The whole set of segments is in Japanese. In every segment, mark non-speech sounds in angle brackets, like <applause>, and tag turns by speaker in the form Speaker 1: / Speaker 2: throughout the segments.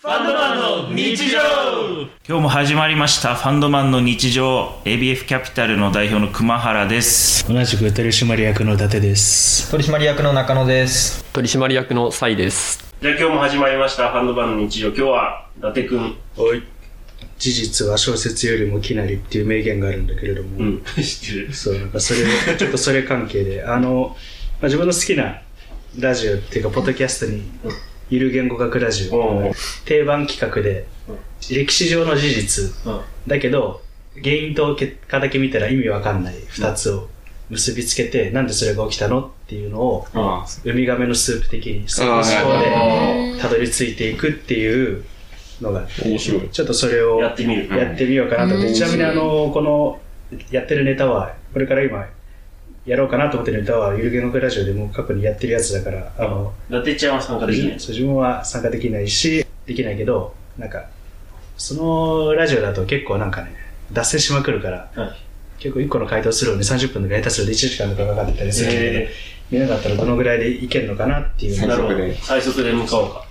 Speaker 1: ァンドマンの日常
Speaker 2: 今日も始まりましたファンドマンの日常 ABF キャピタルの代表の熊原です
Speaker 3: 同じく取締役の伊達です
Speaker 4: 取締役の中野です
Speaker 5: 取締役のサイです
Speaker 6: じゃあ今日も始まりましたファンドマンの日常今日は伊達くん
Speaker 3: はい事実は小説よりもきなりっていう名言があるんだけれども、
Speaker 6: うん <laughs> 知ってる
Speaker 3: そうなんかそれちょっとそれ関係であの、まあ、自分の好きなラジオっていうかポッドキャストにゆる言語学ラジ
Speaker 6: お
Speaker 3: オ
Speaker 6: う
Speaker 3: 定番企画で歴史上の事実
Speaker 6: うん
Speaker 3: だけど原因と結果だけ見たら意味わかんない2つを結びつけてなんでそれが起きたのっていうのを
Speaker 6: あ
Speaker 3: ウミガメのスープ的にその思考でたどり着いていくっていうのが
Speaker 5: 面白い
Speaker 3: ちょっとそれを
Speaker 6: やってみる
Speaker 3: やってみようかなと思って、ちなみにあのこのやってるネタはこれから今やろうかなと思ってるネタはゆる言語ラジオでもう過去にやってるやつだからあの
Speaker 6: 伊達ちゃんは参加できない
Speaker 3: そう自分は参加できないしできないけどなんかそのラジオだと結構なんかね脱線しまくるから、
Speaker 6: うん
Speaker 3: 結構1個の回答するのに30分とか下手すると1時間とかかかってたりするんだけど、
Speaker 6: え
Speaker 3: 見なかったらどのぐらいでいけるのかなっていう
Speaker 6: ー
Speaker 3: の
Speaker 6: な
Speaker 3: が
Speaker 6: るほど最速で向かおうか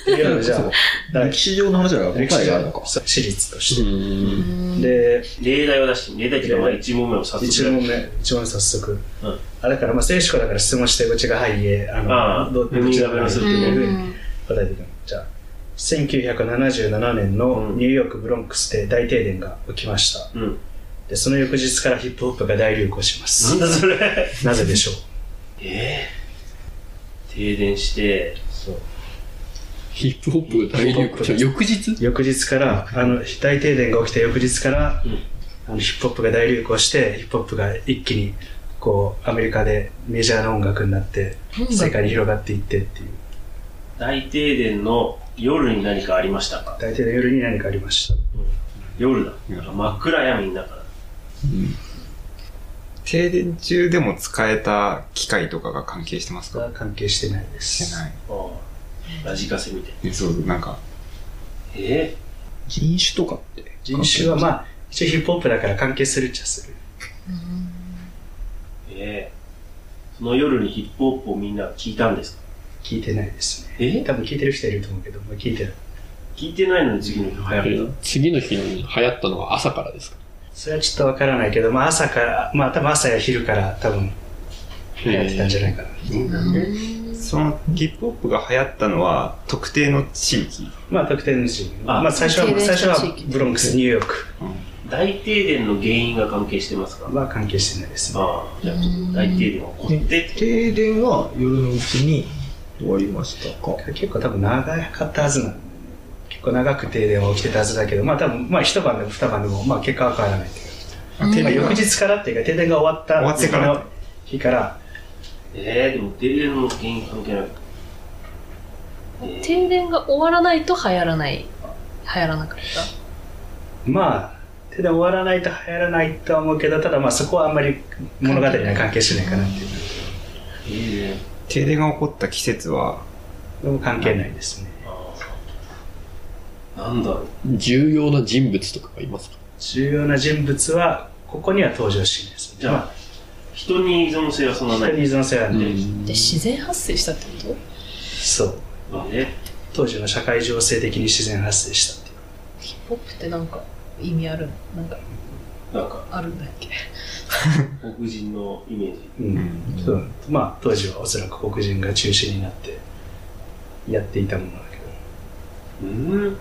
Speaker 3: っていうのがじゃあだから
Speaker 4: 歴史上の話は答
Speaker 3: 歴史
Speaker 4: えがあるの
Speaker 3: 上
Speaker 4: か
Speaker 3: そう史実として、
Speaker 5: ん
Speaker 3: で
Speaker 6: 例題を出して例題っていうかまあ1問目を早
Speaker 3: 一
Speaker 6: 速
Speaker 3: 問目一問目早速、
Speaker 6: うん
Speaker 3: あだからまあ選手からだから質問してこっちが「はい」えあの
Speaker 6: ああ
Speaker 3: どどちらからするっていうふう
Speaker 7: う
Speaker 3: に答えていくのじゃあ1977年のニューヨークブロンクスで大停電が起きました、
Speaker 6: うん
Speaker 3: でその翌日からヒップホップが大流行しま
Speaker 6: な
Speaker 3: す、
Speaker 6: んだそれ
Speaker 3: なぜでしょう
Speaker 6: えー、停電して
Speaker 5: ヒップホップ大流行翌日
Speaker 3: 翌日からあの大停電が起きた翌日から、
Speaker 6: うん
Speaker 3: あのヒップホップが大流行してヒップホップが一気にこうアメリカでメジャーな音楽になって世界に広がっていってっていう
Speaker 6: 大停電の夜に何かありましたか
Speaker 3: 大停電の夜に何かありました
Speaker 6: 夜だ真っ暗闇の中だ
Speaker 8: 停電中でも使えた機械とかが関係してますか
Speaker 3: が関係してないです
Speaker 8: してない。
Speaker 6: ああラジカセみたいな
Speaker 8: えそう、なんか、
Speaker 6: え
Speaker 4: 人種とかって
Speaker 3: 人種はまあ一応ヒップホップだから関係するっちゃする
Speaker 6: ー、えー、その夜にヒップホップをみんな聞いたんですか
Speaker 3: 聞いてないですね
Speaker 6: え
Speaker 3: 多分聞いてる人いると思うけど、まあ、聞いてない
Speaker 6: 聞いてないのに次の日早く
Speaker 5: 次の日に流行ったのは朝からですか
Speaker 3: それはちょっとわからないけど、まあ、朝からまあ多分朝や昼から多分流行ってたんじゃないかな、
Speaker 8: そのヒップホップが流行ったのは特定の地域。
Speaker 3: まあ特定の地域
Speaker 6: あ
Speaker 3: まあ最初
Speaker 7: 特
Speaker 3: は
Speaker 7: 定
Speaker 3: 最
Speaker 7: の地
Speaker 3: 初
Speaker 7: 域
Speaker 3: はブロンクスニューヨーク
Speaker 6: 大停電の原因が関係してますか
Speaker 3: は関係してないですね
Speaker 6: ああ、じゃあちょっと大停電が起こって、
Speaker 4: 停電は夜のうちに終わりましたか
Speaker 3: 結構多分長かったはずなんで結構長く停電は起きてたはずだけどまあ多分まあ一晩でも二晩でもまあ結果は変わらないっていう
Speaker 8: あ停
Speaker 3: まあ、
Speaker 8: 電が
Speaker 3: 翌日からっていうか停電が終わった
Speaker 8: 終わってから
Speaker 3: 次の日から
Speaker 6: えー、でも停電の原因関係ない。
Speaker 7: 停電が終わらないと流行らない流行らなかっ
Speaker 3: まあ停電終わらないと流行らないとは思うけどただまあそこはあんまり物語には関係しないかなっていう
Speaker 6: 停電。
Speaker 8: 停電が起こった季節は、
Speaker 3: でも関係ないですね
Speaker 6: ああ。なんだろう。
Speaker 5: 重要な人物とかがいますか
Speaker 3: 重要な人物はここには登場しないです
Speaker 6: じゃあ、人に依存性はそん
Speaker 3: ま
Speaker 6: な
Speaker 3: あ
Speaker 6: な
Speaker 3: 人に依
Speaker 6: い。
Speaker 3: 存性はあるんで、
Speaker 7: たで自然発生したってこ
Speaker 3: そう
Speaker 6: まあね、
Speaker 3: 当時の社会情勢的に自然発生したっていう
Speaker 7: とヒップホップってなんか意味あるのなんか
Speaker 6: なんか、
Speaker 7: あるんだっけ
Speaker 6: 黒人のイメージ。
Speaker 3: うんそうまあ当時はおそらく黒人が中心になってやっていたものだけど
Speaker 6: うん。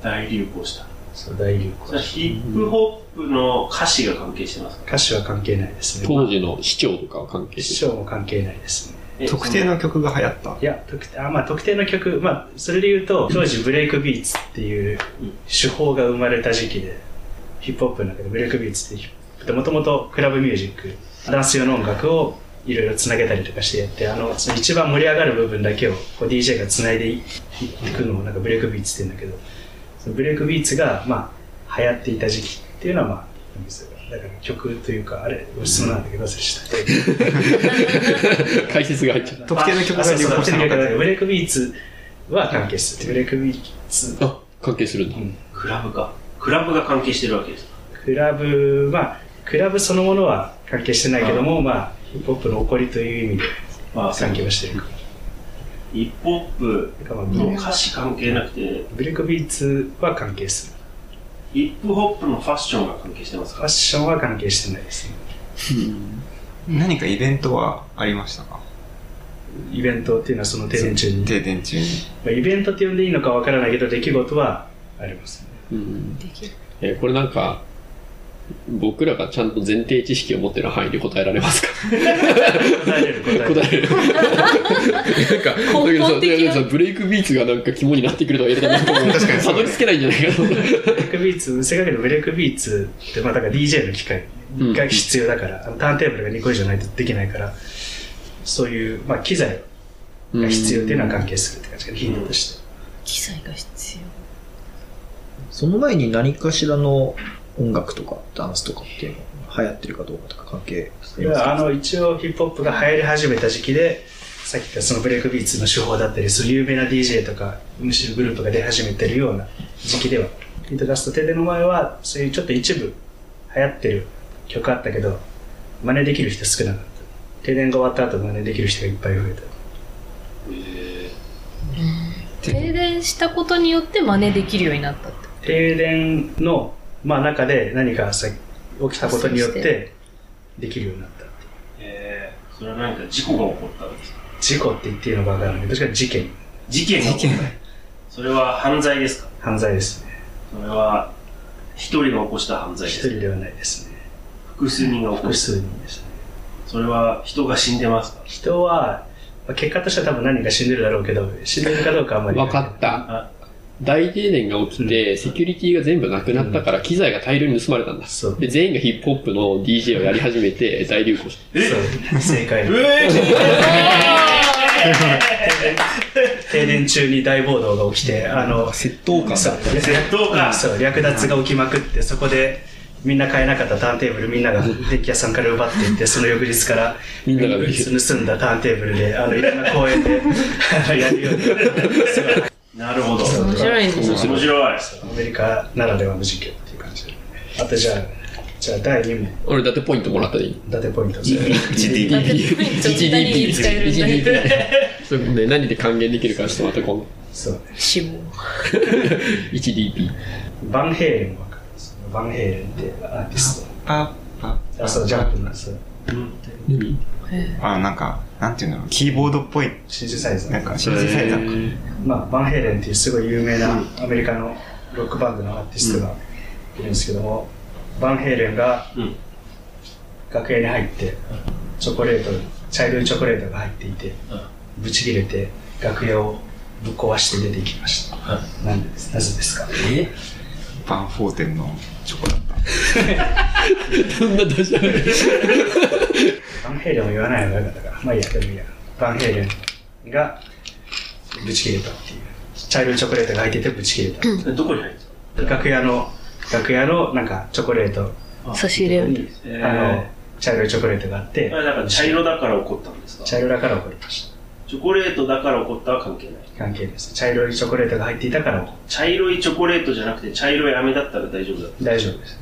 Speaker 6: 大流行した。
Speaker 3: そう大流
Speaker 6: それ
Speaker 3: 行
Speaker 6: はヒップホップの歌詞が関係してますか
Speaker 3: 歌詞は関係ないですね
Speaker 5: 当時の市長とかは関係
Speaker 3: 師
Speaker 5: してる
Speaker 3: 匠も関係ないですね
Speaker 6: え
Speaker 8: 特定
Speaker 6: そ
Speaker 8: の曲が流行った
Speaker 3: い。や特定あ、まあ、特定の曲、まあ、それで言うと当時ブレイクビーツっていう手法が生まれた時期でヒップホップの中でブレイクビーツってもともとクラブミュージックダンス用の音楽をいろいろつなげたりとかしてやってあのその一番盛り上がる部分だけをこう DJ がつないでいいくのをなんかブレイクビーツって言うんだけどそのブレイクビーツが、まあ、流行っていた時期っていうのはまあなんですよだから曲というかあれご質問なんだけど忘れした
Speaker 5: <laughs> 解説が入っちゃっ
Speaker 8: 特定の曲
Speaker 3: あ
Speaker 8: が
Speaker 3: そう
Speaker 8: 流
Speaker 3: そう
Speaker 8: 行したのかって
Speaker 3: ブレイクビーツは関係する。ブレイクビーツ、
Speaker 5: たあ関係するんだ
Speaker 6: クラブか。クラブが関係してるわけです。
Speaker 3: クラブは、クラブそのものは関係してないけども、まあ、ヒップホップの起こりという意味で
Speaker 6: まあ、
Speaker 3: 関係はしてるか
Speaker 6: いヒップホップ
Speaker 3: だからまあ
Speaker 6: の歌詞関係なくて、
Speaker 3: ブレイクビーツは関係する。
Speaker 6: ヒップホップのファッションが関係してます
Speaker 3: フ
Speaker 6: か
Speaker 3: ァッションは関係してないですね。
Speaker 8: 何かイベントはありましたか
Speaker 3: イベントっていうのはその停電中に。
Speaker 8: 停電中に。
Speaker 3: まあイベントって呼んでいいのかわからないけど、出来事はあり <laughs> ますね。
Speaker 5: うん
Speaker 7: できる
Speaker 5: えーこれなんか、僕らがちゃんと前提知識を持ってる範囲で答えられますか
Speaker 3: 答えれる答えれる。
Speaker 5: 答え
Speaker 7: <laughs>
Speaker 5: る。なんか、だけど
Speaker 7: 根
Speaker 5: さ、
Speaker 7: 本
Speaker 5: だ
Speaker 7: 的な
Speaker 5: けどさブレイクビーツがなんか肝になってくるとは言えたなんかもう、
Speaker 8: 確かに
Speaker 5: たどり着けないんじゃないかな。
Speaker 3: ブレイクビーツ、せっかくのブレイクビーツって、まあだから DJ の機械
Speaker 5: うん
Speaker 3: が必要だから、あのターンテーブルが2個以上ないとできないから、そういう、まあ機材が必要っていうのは関係するって感じかな、頻度として。
Speaker 7: 機材が必
Speaker 4: その前に何かしらの音楽とかダンスとかっていうのが流行ってるかどうかとか関係あ
Speaker 3: い
Speaker 4: ります
Speaker 3: やあ
Speaker 4: か
Speaker 3: の一応ヒップホップが流行り始めた時期でさっき言ったそのブレイクビーツの手法だったりそういう有名な DJ とかむしろグループが出始めてるような時期ではビートダストテデの前はそういうちょっと一部流行ってる曲あったけど真似できる人少なかった停電が終わった後真似できる人がいっぱい増え
Speaker 7: 要。停電したことによって真似できるようになったって。
Speaker 3: た停電の、まあ、中で何かさ起きたことによってできるようになった
Speaker 6: えー、それは何か事故が起こったんですか
Speaker 3: 事故って言っていいのか分からないけど確かに事件
Speaker 6: 事件が起こったそれは犯罪ですか
Speaker 3: 犯罪ですね
Speaker 6: それは一人が起こした犯罪で
Speaker 3: 一
Speaker 6: すか
Speaker 3: 人ではないですね
Speaker 6: 複数人が起こ
Speaker 3: 複
Speaker 6: した
Speaker 3: 数人ですね
Speaker 6: それは人が死んでますか
Speaker 3: 人は、まあ、結果としては多分何人か死んでるだろうけど死んでるかどうかはあんまり
Speaker 5: 分かった。大停電が起きて、セキュリティが全部なくなったから、機材が大量に盗まれたんだ。
Speaker 3: そう
Speaker 5: で、全員がヒップホップの DJ をやり始めて、大流行し
Speaker 3: そう正解
Speaker 6: うえ
Speaker 3: 停電中に大暴動が起きてあの
Speaker 4: 窃盗感
Speaker 3: そう
Speaker 6: 窃盗か
Speaker 3: そう略奪が起きまくってそこでみんな買えなかったターンテーブルみんなが電気屋さんから奪っていってその翌日から
Speaker 5: みんなが
Speaker 3: 盗んだターンテーブルであのいろんな公園で <laughs> あのやるようになったすごい
Speaker 6: なるほど
Speaker 3: そう
Speaker 7: 面白いね。
Speaker 6: 面白い
Speaker 3: アメリカならではの事件っていう感じであとじゃあじゃあ第2問
Speaker 5: 俺だってポイントもらったでいい
Speaker 3: 伊達ポイントです
Speaker 7: だっ
Speaker 2: GDP
Speaker 7: てポイント二人に使えるんだけど
Speaker 5: それね、何で還元できるかちょっとまた今度。
Speaker 3: そう
Speaker 7: 死亡。
Speaker 5: 1DP。
Speaker 3: バンヘイレンわかるそのバンヘイレンってアーティス
Speaker 8: パッパ
Speaker 3: ト。あ、そう、ジャンプの、そう。
Speaker 5: 何
Speaker 7: へ
Speaker 8: あ、なんか、なんていうんだろう。キーボードっぽい。
Speaker 3: シンセサイズ
Speaker 8: なんか、シンセサイザーか。
Speaker 3: まあ、バンヘイレンっていうすごい有名なアメリカのロックバンドのアーティストがいるんですけども、バンヘイレンが
Speaker 6: うん
Speaker 3: 楽屋に入って、チョコレート、茶色いチョコレートが入っていて、ぶち切れて、楽屋をぶっ壊して出てきました。なんでですなぜですか
Speaker 6: え
Speaker 8: バンフォーテンのチョコだった。
Speaker 5: えどんなダジャレ
Speaker 3: バンヘイレンも言わないのがよかったから、まあいいや、でもいいや。バンヘイレンがぶち切れたっていう。茶色いチョコレートが入っててぶち切れた。
Speaker 6: どこに入って
Speaker 3: 楽屋の、楽屋のなんかチョコレート
Speaker 6: た
Speaker 7: 差し入れを。
Speaker 3: に、
Speaker 6: えー
Speaker 3: あの、茶色いチョコレートがあって
Speaker 6: こ、れだから茶色だから起こったんですか
Speaker 3: 茶色だから怒りまし
Speaker 6: チョコレートだから起こったは関係ない
Speaker 3: た。関係ないです。茶色いチョコレートが入っていたから怒る
Speaker 6: 茶色いチョコレートじゃなくて茶色い飴だったら大丈夫だっ
Speaker 3: 大丈夫です。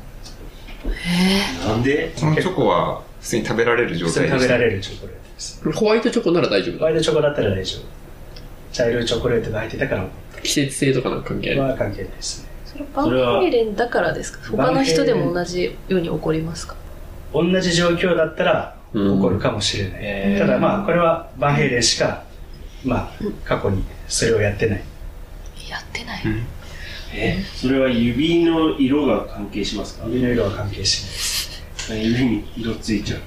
Speaker 6: たなんで
Speaker 8: そのチョコは普通に食べられる状
Speaker 3: 普通
Speaker 8: 態
Speaker 3: に
Speaker 8: で
Speaker 3: 食べ
Speaker 8: し
Speaker 3: ら
Speaker 8: た。
Speaker 3: れるチョコレートです。
Speaker 5: ホワイトチョコなら大丈
Speaker 3: ホ
Speaker 5: 夫
Speaker 3: ワ
Speaker 5: だ。
Speaker 3: イトチョコだったら大丈夫。茶色いチョコレートが入っていたから怒
Speaker 5: 季節性とかなんか関係
Speaker 3: る
Speaker 5: ない。
Speaker 3: は関係ないですね。
Speaker 7: それバンヘイレンだからですか他の人でも同じように起こりますか
Speaker 3: 同じ状況だったら
Speaker 5: うん
Speaker 3: 怒るかもしれない。
Speaker 6: え
Speaker 3: ただまあこれはバンヘイレンしか、まあ、過去にそれをやってない
Speaker 7: やってない。
Speaker 6: えそれは指の色が関係しますか
Speaker 3: 指の色は関係し
Speaker 6: 指に色ついちゃう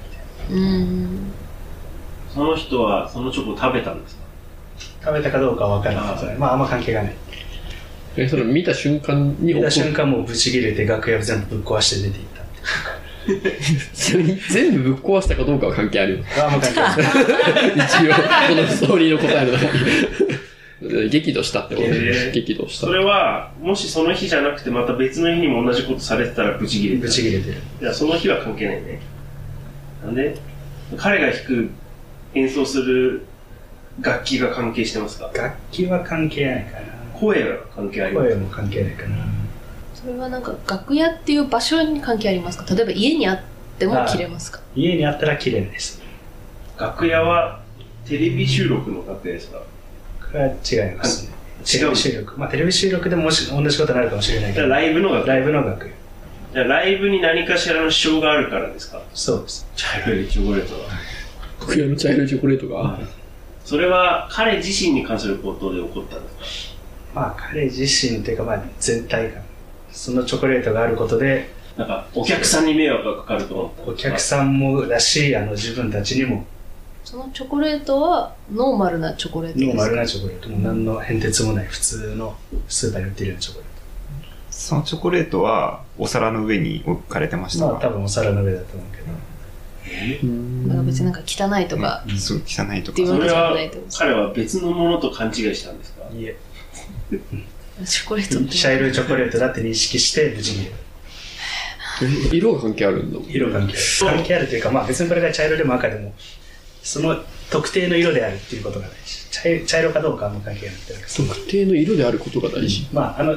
Speaker 7: うーん。
Speaker 6: その人はそのチョコ食べたんですか
Speaker 3: ない食べたかどうかは分からないですねまああんま関係がない
Speaker 5: え、その見た瞬間に
Speaker 3: 見た
Speaker 5: 起こ
Speaker 3: 瞬
Speaker 5: る。
Speaker 3: 間もうブチ切れて楽屋を全部ぶっ壊して出ていったって
Speaker 5: それに全部ぶっ壊したかどうかは関係あるよ。
Speaker 3: あんま関係ない
Speaker 5: 一応、このストーリーの答えの中に。激怒したってこと
Speaker 6: えー
Speaker 5: ね。激怒した
Speaker 6: そ。れはもしその日じゃなくてまた別の日にも同じことされてたらブチギレ
Speaker 3: ブチ切れてる
Speaker 6: いやその日は関係ないねなんで彼が弾く演奏する楽器が関係してますか
Speaker 3: 楽器は関係ないかな
Speaker 6: 声が関係あります
Speaker 3: 声も関係ないかな
Speaker 7: それはなんか楽屋っていう場所に関係ありますか例えば家にあっても切れますか
Speaker 3: 家にあったら切れないです
Speaker 6: 楽屋はテレビ収録の楽屋ですか
Speaker 3: は違いますね。
Speaker 6: 違う
Speaker 3: 収録。まあ、テレビ収録でももし同じことになるかもしれない
Speaker 6: だ
Speaker 3: け
Speaker 6: か
Speaker 3: ど、
Speaker 6: ら
Speaker 3: ライ
Speaker 6: ライブの方
Speaker 3: ブ
Speaker 6: が、
Speaker 3: の楽屋。
Speaker 6: じゃあライブに何かしらの支障があるからですか
Speaker 3: そうです。
Speaker 6: 茶色いチョコレートは。
Speaker 5: 黒曜の茶色いチョコレートが、
Speaker 6: それは彼自身に関することで起こったんですか
Speaker 3: まあ、彼自身というか、まあ、全体が、そのチョコレートがあることで、
Speaker 6: なんか、お客さんに迷惑がかかると思ったん
Speaker 3: お
Speaker 6: ですか
Speaker 3: 客さんもだし、あの、自分たちにも、
Speaker 7: そのチョコレートはノーマルなチョコレートです
Speaker 3: ノー
Speaker 7: か
Speaker 3: マルなチョコレート、もう何の変哲もない、普通のスーパーに売ってるようなチョコレー
Speaker 8: そのチョコレートはお皿の上に置かれてまし
Speaker 3: ト。
Speaker 8: た
Speaker 3: まあ、多
Speaker 8: が、
Speaker 3: 分お皿の上だと思うけど。
Speaker 7: だから別になんか汚いとか、
Speaker 8: すごい汚いと
Speaker 7: っていう
Speaker 8: か
Speaker 7: わ
Speaker 6: そ
Speaker 7: け
Speaker 6: れ
Speaker 7: じゃ
Speaker 6: は
Speaker 7: ないと思う
Speaker 6: 彼は別のものと勘違いしたんですか
Speaker 3: いえ、
Speaker 7: チョコレートって
Speaker 3: 茶色いチョコレートだって認識して、無事に
Speaker 5: え色が関係あるんだもん。
Speaker 3: 色関係ある。関係あるというか、まあ別にこれが茶色でも赤でも、その特定の色であるっていうことがないし、茶色茶色かどうかはあんま関係なくて、なんかその
Speaker 5: 特定の色であることが大事。
Speaker 3: まああの、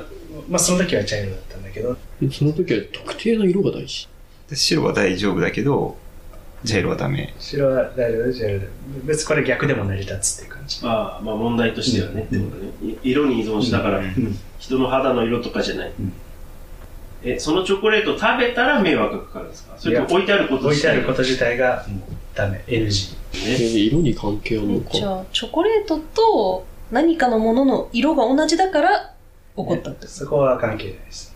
Speaker 3: まあその時は茶色だったんだけど、
Speaker 5: その時は特定の色が大事。
Speaker 8: で白は大丈夫だけど茶色はダメ
Speaker 3: 白は大丈夫茶色だ。別にこれ逆でも成り立つっていう感じ。
Speaker 6: ああ、まあ問題としてはね、ってことね。い色に依存したから、
Speaker 3: ん
Speaker 6: 人の肌の色とかじゃない。
Speaker 3: ん
Speaker 6: え、そのチョコレート食べたら迷惑がかかるんですかそれとも
Speaker 3: いや
Speaker 6: 置いてあること
Speaker 3: 置い
Speaker 6: 自
Speaker 3: てあ
Speaker 6: 体
Speaker 3: ること自体がもうダメ、NG。
Speaker 5: え
Speaker 6: ね。
Speaker 5: 色に関係あるのか。
Speaker 7: じゃあチョコレートと何かのものの色が同じだから起こったって
Speaker 3: そこは関係ないです。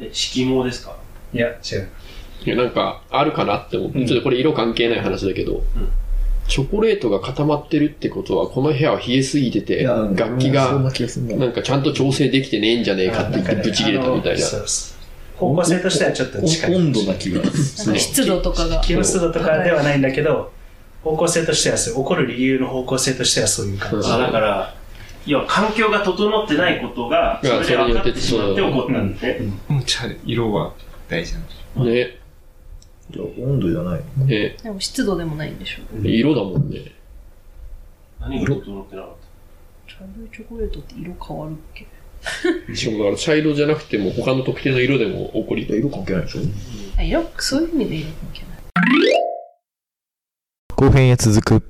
Speaker 6: え色毛ですか
Speaker 3: いや、違う。
Speaker 5: いや、なんか、あるかなって思って、
Speaker 3: うん
Speaker 5: ちょっとこれ色関係ない話だけど、チョコレートが固まってるってことは、この部屋は冷えすぎてて、楽器
Speaker 4: そん
Speaker 5: が、
Speaker 4: な気がする
Speaker 5: な
Speaker 4: な。
Speaker 5: んかちゃんと調整できてねえんじゃねえかって言って、ブチ切れたみたい
Speaker 3: あの
Speaker 5: な。
Speaker 3: そうそう方向性としてはちょっと近い。
Speaker 4: 温度な気がす
Speaker 7: な
Speaker 4: る
Speaker 7: んか。湿度とかが
Speaker 3: 気温湿度とかではないんだけど、方向性としてはそう、起こる理由の方向性としてはそういう感じ。
Speaker 5: うん
Speaker 6: あだから、要は環境が整ってないことが、
Speaker 5: うん
Speaker 6: それで分かってしまって起こったんですね。
Speaker 8: うん茶色は大事なの
Speaker 5: ね、
Speaker 4: いや温度じゃない。
Speaker 5: ね、
Speaker 7: でも湿度でもないんでしょ
Speaker 5: 色だもんね。
Speaker 6: 何が整ってなかっ
Speaker 7: 茶色いチョコレートって色変わるっけ
Speaker 5: しかもだから茶色じゃなくても、他の特定の色でも起こり
Speaker 4: いや色関係ないでしょ
Speaker 7: あ色そういう意味で色関係ない
Speaker 1: 後編へ続く